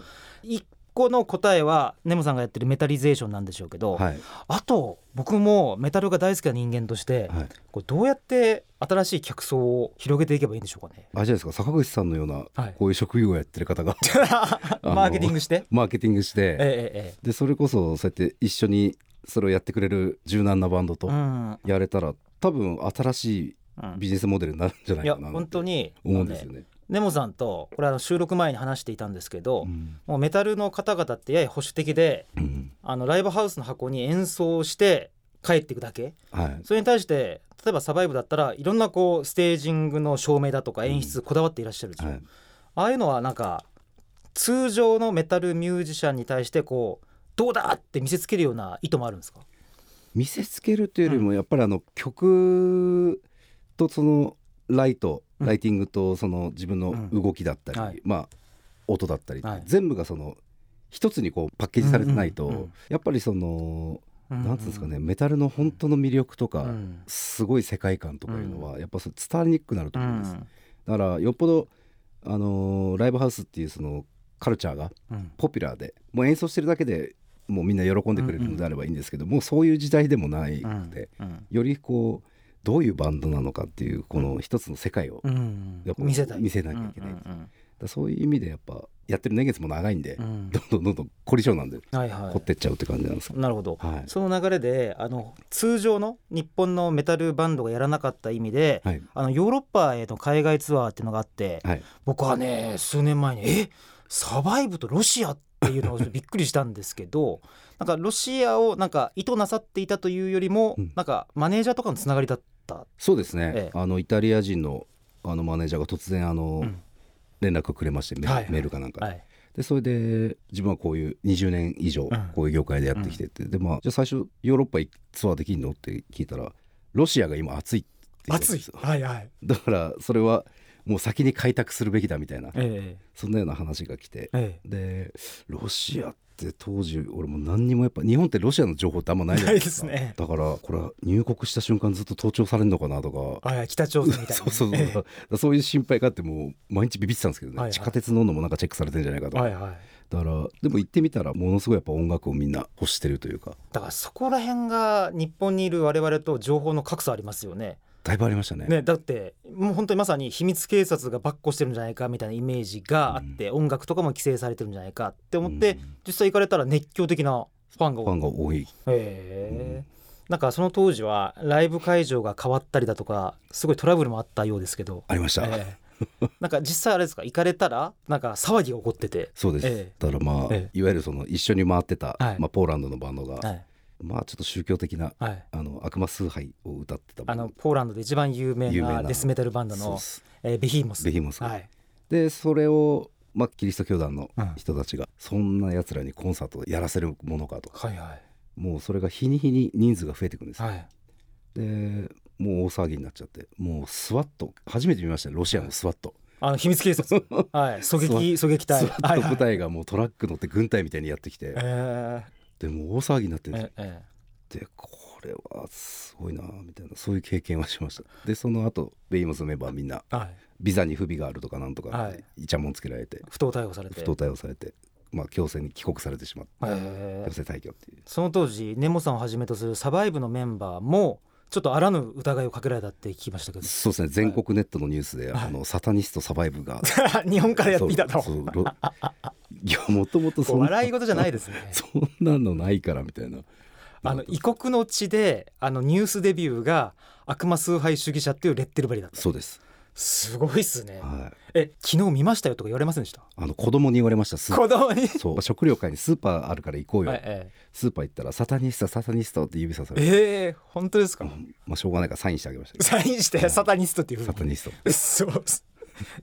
Speaker 4: い、
Speaker 1: 一個の答えはネモさんがやってるメタリゼーションなんでしょうけど、
Speaker 4: はい、
Speaker 1: あと僕もメタルが大好きな人間として、
Speaker 4: はい。
Speaker 1: これどうやって新しい客層を広げていけばいいんでしょうか
Speaker 4: *laughs*
Speaker 1: ね。
Speaker 4: あれじゃないですか坂口さんのような
Speaker 1: はい、
Speaker 4: こういう職業をやってる方が *laughs* の
Speaker 1: マーケティング
Speaker 4: *laughs*
Speaker 1: して。
Speaker 4: マーケティングして
Speaker 1: えええ
Speaker 4: でそれこそそうやって一緒にそれをやってくれる柔軟なバンド
Speaker 1: え。
Speaker 4: と
Speaker 1: うんうん
Speaker 4: やれたら多分新しいビジネスモデルになるんじゃない
Speaker 1: い
Speaker 4: か
Speaker 1: や
Speaker 4: な
Speaker 1: 本当に
Speaker 4: 思うんですよ
Speaker 1: ね
Speaker 4: ね。
Speaker 1: ネモさんとこれあの収録前に話していたんですけど、
Speaker 4: うん
Speaker 1: もうメタルの方々ってやや保守的で
Speaker 4: うん
Speaker 1: あのライブハウスの箱に演奏して帰っていくだけ
Speaker 4: はい
Speaker 1: それに対して例えば「サバイブ」だったらいろんなこうステージングの照明だとか
Speaker 4: うん
Speaker 1: 演出こだわっていらっしゃるでしょ、
Speaker 4: はい
Speaker 1: ああいうのはなんか通常のメタルミュージシャンに対してこうどうだって見せつけるような意図もあるんですか。
Speaker 4: 見せつけるというよりもやっぱりあの曲とそのライト
Speaker 1: うん
Speaker 4: ライティングとその自分の動きだったり、
Speaker 1: うんはい
Speaker 4: まあ音だったり、
Speaker 1: はい
Speaker 4: 全部がその一つにこうパッケージされてないと、
Speaker 1: うんうんうん
Speaker 4: やっぱりその
Speaker 1: な
Speaker 4: なんつうんですかね、。メタルの本当の魅力と
Speaker 1: う
Speaker 4: か、
Speaker 1: ん
Speaker 4: すごい世界観とかいうのは、やっぱそれ伝わりにくくなると
Speaker 1: う
Speaker 4: 思うんです、
Speaker 1: ん
Speaker 4: だからよっぽど、あのーライブハウスっていうそのカルチャーが
Speaker 1: うん
Speaker 4: ポピュラーでもう演奏してるだけでもうみんな喜んでくれるのであればいいんですけど、もうそういう時代でもないので、
Speaker 1: うん
Speaker 4: よりこうどういうバンドなのかっていうこの一つの世界を、だか
Speaker 1: うん
Speaker 4: やっぱ
Speaker 1: 見せたい
Speaker 4: 見せなきゃいけない
Speaker 1: うんうん
Speaker 4: らそういう意味でやっぱやってる年月も長いんで、
Speaker 1: うん
Speaker 4: どんどんどんどん凝り性なんで
Speaker 1: うんはいは
Speaker 4: 凝ってっちゃうって感じなんですけ
Speaker 1: い。なるほど。
Speaker 4: ど、はい
Speaker 1: その流れであの通常の日本のメタルバンドがやらなかった意味で、
Speaker 4: はい
Speaker 1: あのヨーロッパへの海外ツアーっていうのがあって、
Speaker 4: はい
Speaker 1: 僕はね数年前に「えサバイブとロシア」っていう
Speaker 4: *laughs*
Speaker 1: のをちょっとびっくりしたんですけどなんかロシアをなんか意図なさっていたというよりも、
Speaker 4: うん
Speaker 1: なんかマネージャーとかのつながりだった。
Speaker 4: そうですね、
Speaker 1: ええ
Speaker 4: あのイタリア人のあのマネージャーが突然あの、
Speaker 1: うん
Speaker 4: 連絡くれましてメ,、
Speaker 1: はいはい
Speaker 4: メールかなんかで、
Speaker 1: はい
Speaker 4: でそれで自分はこういう20年以
Speaker 1: う
Speaker 4: 上
Speaker 1: ん
Speaker 4: こういう業界でやってきてて、でまあじゃあ最初ヨーロッパ行くツアーできんのって聞いたらロシアが今熱いって言ってたんですよ
Speaker 1: はいはい。
Speaker 4: だからそれはもう先に開拓するべきだみたいな
Speaker 1: え
Speaker 4: そんなような話が来て
Speaker 1: ええ
Speaker 4: でロシアって当時俺も何にもやっぱ日本ってロシアの情報ってあんまないじゃないですか
Speaker 1: ないですね
Speaker 4: だからこれは入国した瞬間ずっと盗聴されるのかなとか
Speaker 1: え。はい北朝鮮みたいな
Speaker 4: *laughs* そ
Speaker 1: ね。
Speaker 4: うそうそう、
Speaker 1: え
Speaker 4: そういう心配があってもう毎日ビビってたんですけどね、
Speaker 1: はいはい
Speaker 4: 地下鉄乗るのもなんかチェックされてんじゃないか
Speaker 1: え
Speaker 4: と、
Speaker 1: はいはい。
Speaker 4: だからでも行ってみたらものすごいやっぱ音楽をみんな欲してるというか
Speaker 1: だからそこら辺が日本にいる我々と情報の格差ありますよね。
Speaker 4: だいぶありましたね
Speaker 1: ね、だってもう本当にまさに秘密警察がばっこしてるんじゃないかみたいなイメージがあって、音楽とかも規制されてるんじゃないかって思って、
Speaker 4: うん
Speaker 1: 実際行かれたら熱狂的なファンが
Speaker 4: ファンが多い
Speaker 1: へえ、なんかその当時はライブ会場が変わったりだとかすごいトラブルもあったようですけど、
Speaker 4: ありました、
Speaker 1: ええなんか実際あれですか行かれたらなんか騒ぎが起こってて、
Speaker 4: そうです、
Speaker 1: ええ
Speaker 4: だからまあ、
Speaker 1: え
Speaker 4: いわゆるその一緒に回ってた、
Speaker 1: はい
Speaker 4: まあ、ポーランドのバンドが、
Speaker 1: はい
Speaker 4: まあちょっと宗教的な
Speaker 1: はい、
Speaker 4: あの悪魔崇拝を歌ってた
Speaker 1: あのポーランドで一番有名
Speaker 4: 有名
Speaker 1: な
Speaker 4: な
Speaker 1: デスメタルバンド
Speaker 4: そう
Speaker 1: の
Speaker 4: っ、す
Speaker 1: えーベヒーモス。
Speaker 4: ベヒモスが、
Speaker 1: はい、
Speaker 4: でそれを、まあ、キリスト教団の
Speaker 1: うん
Speaker 4: 人たちが、そんなやつらにコンサートをやらせるものかとか
Speaker 1: はいはい
Speaker 4: もうそれが日に日に人数が増えていくんですよ、
Speaker 1: はい
Speaker 4: でもう大騒ぎになっちゃってもうスワット初めて見ましたねロシアのスワット、
Speaker 1: あの秘密警察はい狙撃狙撃隊
Speaker 4: スワットの部
Speaker 1: はいはい
Speaker 4: 隊がもうトラック乗って軍隊みたいにやってきて、
Speaker 1: え
Speaker 4: でもう大騒ぎになって
Speaker 1: ー
Speaker 4: るんですよ
Speaker 1: ええ
Speaker 4: でこれはすごいなみたいなそういう経験はしましたでその後ベイモスのメンバーみんな
Speaker 1: はい、
Speaker 4: ビザに不備があるとかなんとか、
Speaker 1: はい
Speaker 4: イチャモンつけられて
Speaker 1: 不当逮捕されて
Speaker 4: 不当逮捕されて、まあ、強制に帰国されてしまって
Speaker 1: え
Speaker 4: 強
Speaker 1: ー
Speaker 4: 制退去っていう
Speaker 1: その当時ネモさんをはじめとするサバイブのメンバーもちょっとあらぬ疑いをかけられたって聞きましたけど
Speaker 4: そうですね全国ネットのニュースで、
Speaker 1: はい
Speaker 4: あのサタニストサバイブが
Speaker 1: 日本 *laughs* からやってきたと
Speaker 4: そうそうろ *laughs* いやもともとそんな
Speaker 1: 笑い事じゃないですね
Speaker 4: *laughs* そんなのないからみたいな
Speaker 1: あの異国の地であのニュースデビューが悪魔崇拝主義者っていうレッテルばりだった
Speaker 4: そうです、
Speaker 1: すごいっすね
Speaker 4: はい、
Speaker 1: え昨日見ましたよとか言われませんでした
Speaker 4: あの子供に言われましたスー
Speaker 1: 子供に
Speaker 4: そう食料買いにスーパーあるから行こうよ、
Speaker 1: はいえ
Speaker 4: スーパー行ったらサタニストサタニストって指ささ
Speaker 1: え
Speaker 4: れて、
Speaker 1: えー本当ですか
Speaker 4: まあ、しょうがないからサインしてあげましたけ
Speaker 1: サインしてサタニストっていう
Speaker 4: ど
Speaker 1: ふう
Speaker 4: サ
Speaker 1: に
Speaker 4: タニスト
Speaker 1: そうっす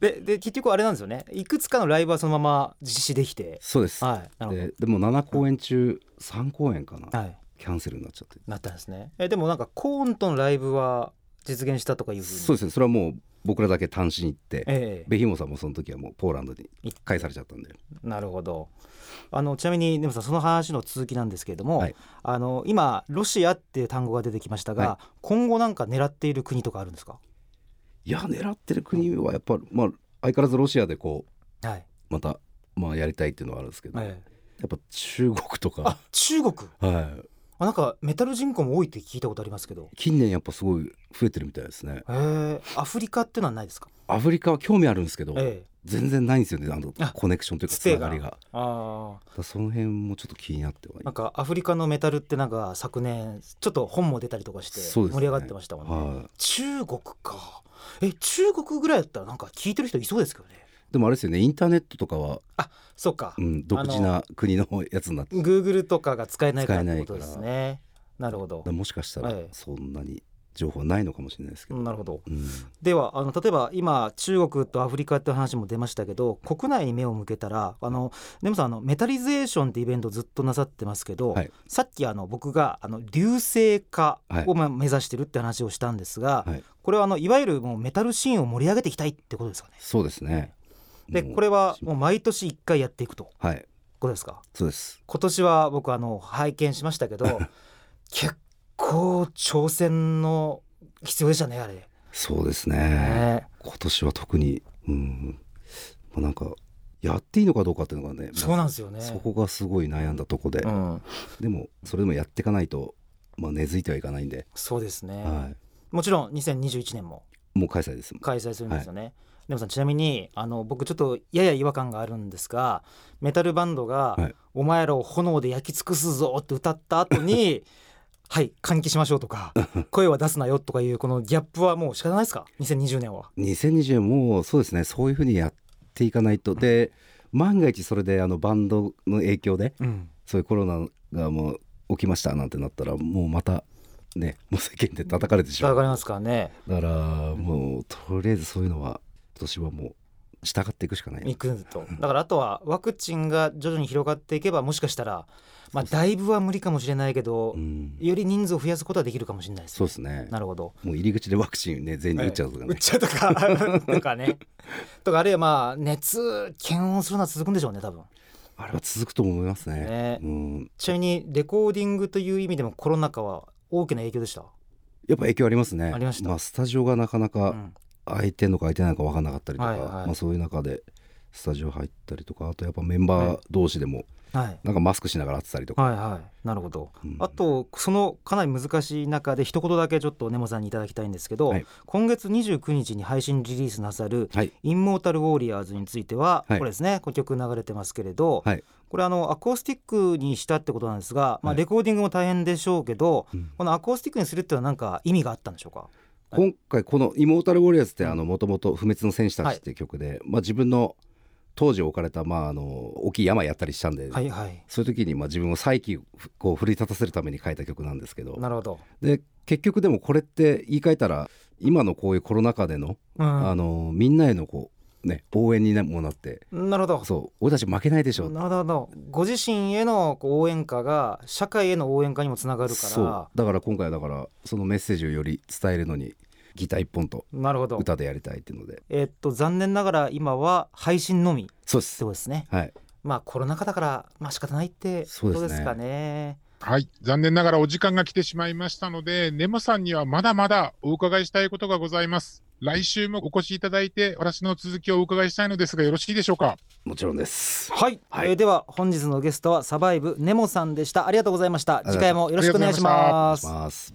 Speaker 1: でで結局あれなんですよねいくつかのライブはそのまま実施できて
Speaker 4: そうです、
Speaker 1: はいなるほど
Speaker 4: ででも7公演中3公演かな、
Speaker 1: はい
Speaker 4: キャンセルになっちゃって
Speaker 1: なったんですねえでもなんかコーンとのライブは実現したとかいうふうに
Speaker 4: そうですねそれはもう僕らだけ単身行って
Speaker 1: ええ
Speaker 4: ベヒモさんもその時はもうポーランドに返されちゃったんで
Speaker 1: なるほどあのちなみに根本さんその話の続きなんですけれども、
Speaker 4: はい
Speaker 1: あの今ロシアっていう単語が出てきましたが、
Speaker 4: は
Speaker 1: 今後なんか狙っている国とかあるんですか
Speaker 4: いや狙ってる国はやっぱ、まあ、相変わらずロシアでこう
Speaker 1: はい、
Speaker 4: また、まあ、やりたいっていうのはあるんですけど、や
Speaker 1: ええ
Speaker 4: っぱ中国と
Speaker 1: あ
Speaker 4: か、
Speaker 1: 中国
Speaker 4: は
Speaker 1: あなんかメタル人口も多いって聞いたことありますけど
Speaker 4: い、近年やっぱすごい増えてるみたいですね
Speaker 1: ええアフリカってのはないですか、
Speaker 4: アフリカは興味あるんですけど、
Speaker 1: ええ、
Speaker 4: 全然ないんですよねあの
Speaker 1: あ
Speaker 4: コネクションというか
Speaker 1: つ
Speaker 4: つ
Speaker 1: て
Speaker 4: な
Speaker 1: が
Speaker 4: がりが。
Speaker 1: ああ
Speaker 4: だからその辺もちょっと気になってはい
Speaker 1: なんかアフリカのメタルってなんか昨年ちょっと本も出たりとかして
Speaker 4: そ
Speaker 1: 盛
Speaker 4: うですね
Speaker 1: り上がってましたもんね
Speaker 4: は
Speaker 1: 中国かえ中国ぐらいだったらなんか聞いてる人いそうですけどね
Speaker 4: い、でもあれですよねインターネットとかは、
Speaker 1: そっか、
Speaker 4: うん、独自な国のやつになってだか
Speaker 1: Google とかが使えないからっ
Speaker 4: 使え
Speaker 1: て
Speaker 4: な
Speaker 1: こ
Speaker 4: い
Speaker 1: と
Speaker 4: から
Speaker 1: ですねなるほど
Speaker 4: らもしかしたら
Speaker 1: ええ
Speaker 4: そんなに情報はないのかもしれないですけど、
Speaker 1: なるほど
Speaker 4: うん
Speaker 1: ではあの例えば今中国とアフリカって話も出ましたけど国内に目を向けたらあのでもさんあのメタリゼーションってイベントずっとなさってますけど、
Speaker 4: はい
Speaker 1: さっきあの僕があの流星化をまあ目指してるって話をしたんですが、
Speaker 4: はい
Speaker 1: これはあのいわゆるもうメタルシーンを盛り上げていきたいってことですかね。
Speaker 4: そうですね。
Speaker 1: で
Speaker 4: もう
Speaker 1: これはもう毎年1回やっていくという
Speaker 4: はい
Speaker 1: ことですか
Speaker 4: そうです。
Speaker 1: 今年は僕あの拝見しましたけど
Speaker 4: *laughs*
Speaker 1: 結構挑戦の必要でしたねあれ。
Speaker 4: そうですね。
Speaker 1: ね
Speaker 4: 今年は特に、うん、まあ、なんかやっていいのかどうかっていうのがね、
Speaker 1: そうなんですよね。
Speaker 4: そこがすごい悩んだとこで、
Speaker 1: うん、
Speaker 4: でもそれでもやっていかないと、まあ、根付いてはいかないんで、
Speaker 1: そうですね、
Speaker 4: は
Speaker 1: もちろん2021年も
Speaker 4: い、もう開催です。
Speaker 1: 開催するんですよね。でもさんちなみにあの僕ちょっとやや違和感があるんですがメタルバンドが
Speaker 4: はい
Speaker 1: 「お前らを炎で焼き尽くすぞ」って歌った後
Speaker 4: *laughs*
Speaker 1: に「はい換気しましょう」とか「声は出すなよ」とかいうこのギャップはもう仕方ないですか2020年は。
Speaker 4: 2020年もそうですねそういうふうにやっていかないとで万が一それであのバンドの影響で
Speaker 1: うん、
Speaker 4: そういうコロナがもう起きましたなんてなったらもうまたね *laughs* もう世間で叩かれてしま
Speaker 1: わか
Speaker 4: う
Speaker 1: りますからね
Speaker 4: だからもうとりあえずそういうのは今年はもう従っていくしかない
Speaker 1: 行くとだからあとはワクチンが徐々に広がっていけばもしかしたら、まあ、だいぶは無理かもしれないけど
Speaker 4: うん、
Speaker 1: より人数を増やすことはできるかもしれないです
Speaker 4: そう
Speaker 1: ね。
Speaker 4: ですね
Speaker 1: なるほど
Speaker 4: もう入り口でワクチンね全員に打っちゃうとか
Speaker 1: 打っ *laughs*
Speaker 4: ね、
Speaker 1: ちゃうとか
Speaker 4: *laughs*
Speaker 1: とかねとかあるいはまあ熱検温するのは続くんでしょうね多分
Speaker 4: あれは続くと思います
Speaker 1: ね
Speaker 4: ねうん、
Speaker 1: ちなみにレコーディングという意味でもコロナ禍は大きな影響でした、
Speaker 4: やっぱ影響ありますね
Speaker 1: ありました
Speaker 4: あ、スタジオがなか
Speaker 1: う
Speaker 4: なか
Speaker 1: ん
Speaker 4: 空いてんのか空いてないのか分からなかったりとか、
Speaker 1: はいはい
Speaker 4: まあ、そういう中でスタジオ入ったりとかあとやっぱメンバー同士でも
Speaker 1: はい
Speaker 4: なんかマスクしながら会ってたりとか、
Speaker 1: はいはいなるほど、
Speaker 4: うん
Speaker 1: あとそのかなり難しい中で一言だけちょっと根本さんにいただきたいんですけど、
Speaker 4: はい
Speaker 1: 今月29日に配信リリースなさる
Speaker 4: はい
Speaker 1: 「インモータル・ウォーリアーズ」については、
Speaker 4: はい
Speaker 1: これですねこの曲流れてますけれど、
Speaker 4: はい
Speaker 1: これあのアコースティックにしたってことなんですが、まあ、
Speaker 4: はい
Speaker 1: レコーディングも大変でしょうけど、
Speaker 4: うん
Speaker 1: このアコースティックにするっていうのは何か意味があったんでしょうか
Speaker 4: 今回この「イモータル・ウォリアーズ」って
Speaker 1: うん
Speaker 4: もともと「不滅の戦士たち」っていう曲で、まあ、自分の当時置かれた、まあ、あの大きい山やったりしたんで、
Speaker 1: はいはい
Speaker 4: そういう時にまあ自分を再起こう奮い立たせるために書いた曲なんですけど
Speaker 1: なるほど、
Speaker 4: で結局でもこれって言い換えたら今のこういうコロナ禍での,、
Speaker 1: うん
Speaker 4: あのみんなへのこう、ね、応援にもなって
Speaker 1: なるほど
Speaker 4: そう俺たち負けないでしょ
Speaker 1: なるほどご自身へのこう応援歌が社会への応援歌にもつながるか
Speaker 4: そうだから今回はだからそのメッセージをより伝えるのにギター一本と
Speaker 1: らなるほど
Speaker 4: 歌でやりたいっていうので
Speaker 1: えっと残念ながら今は配信のみって
Speaker 4: そうです
Speaker 1: ことですね
Speaker 4: はい
Speaker 1: まあコロナ禍だからまあ仕方ないって
Speaker 4: そう
Speaker 1: こ
Speaker 4: で
Speaker 1: と
Speaker 4: すね
Speaker 1: ですかね
Speaker 2: はい。残念ながらお時間が来てしまいましたので、ネマさんにはまだまだお伺いしたいことがございます。来週もお越しいただいて、私の続きをお伺いしたいのですが、よろしいでしょうか。
Speaker 4: もちろんです
Speaker 1: はい、
Speaker 4: はい
Speaker 1: えーでは本日のゲストはサバイブネモさんでしたありがとうございました次回もよろしくお願いし
Speaker 2: ありがとうございました
Speaker 1: ま
Speaker 4: し
Speaker 1: す
Speaker 4: ます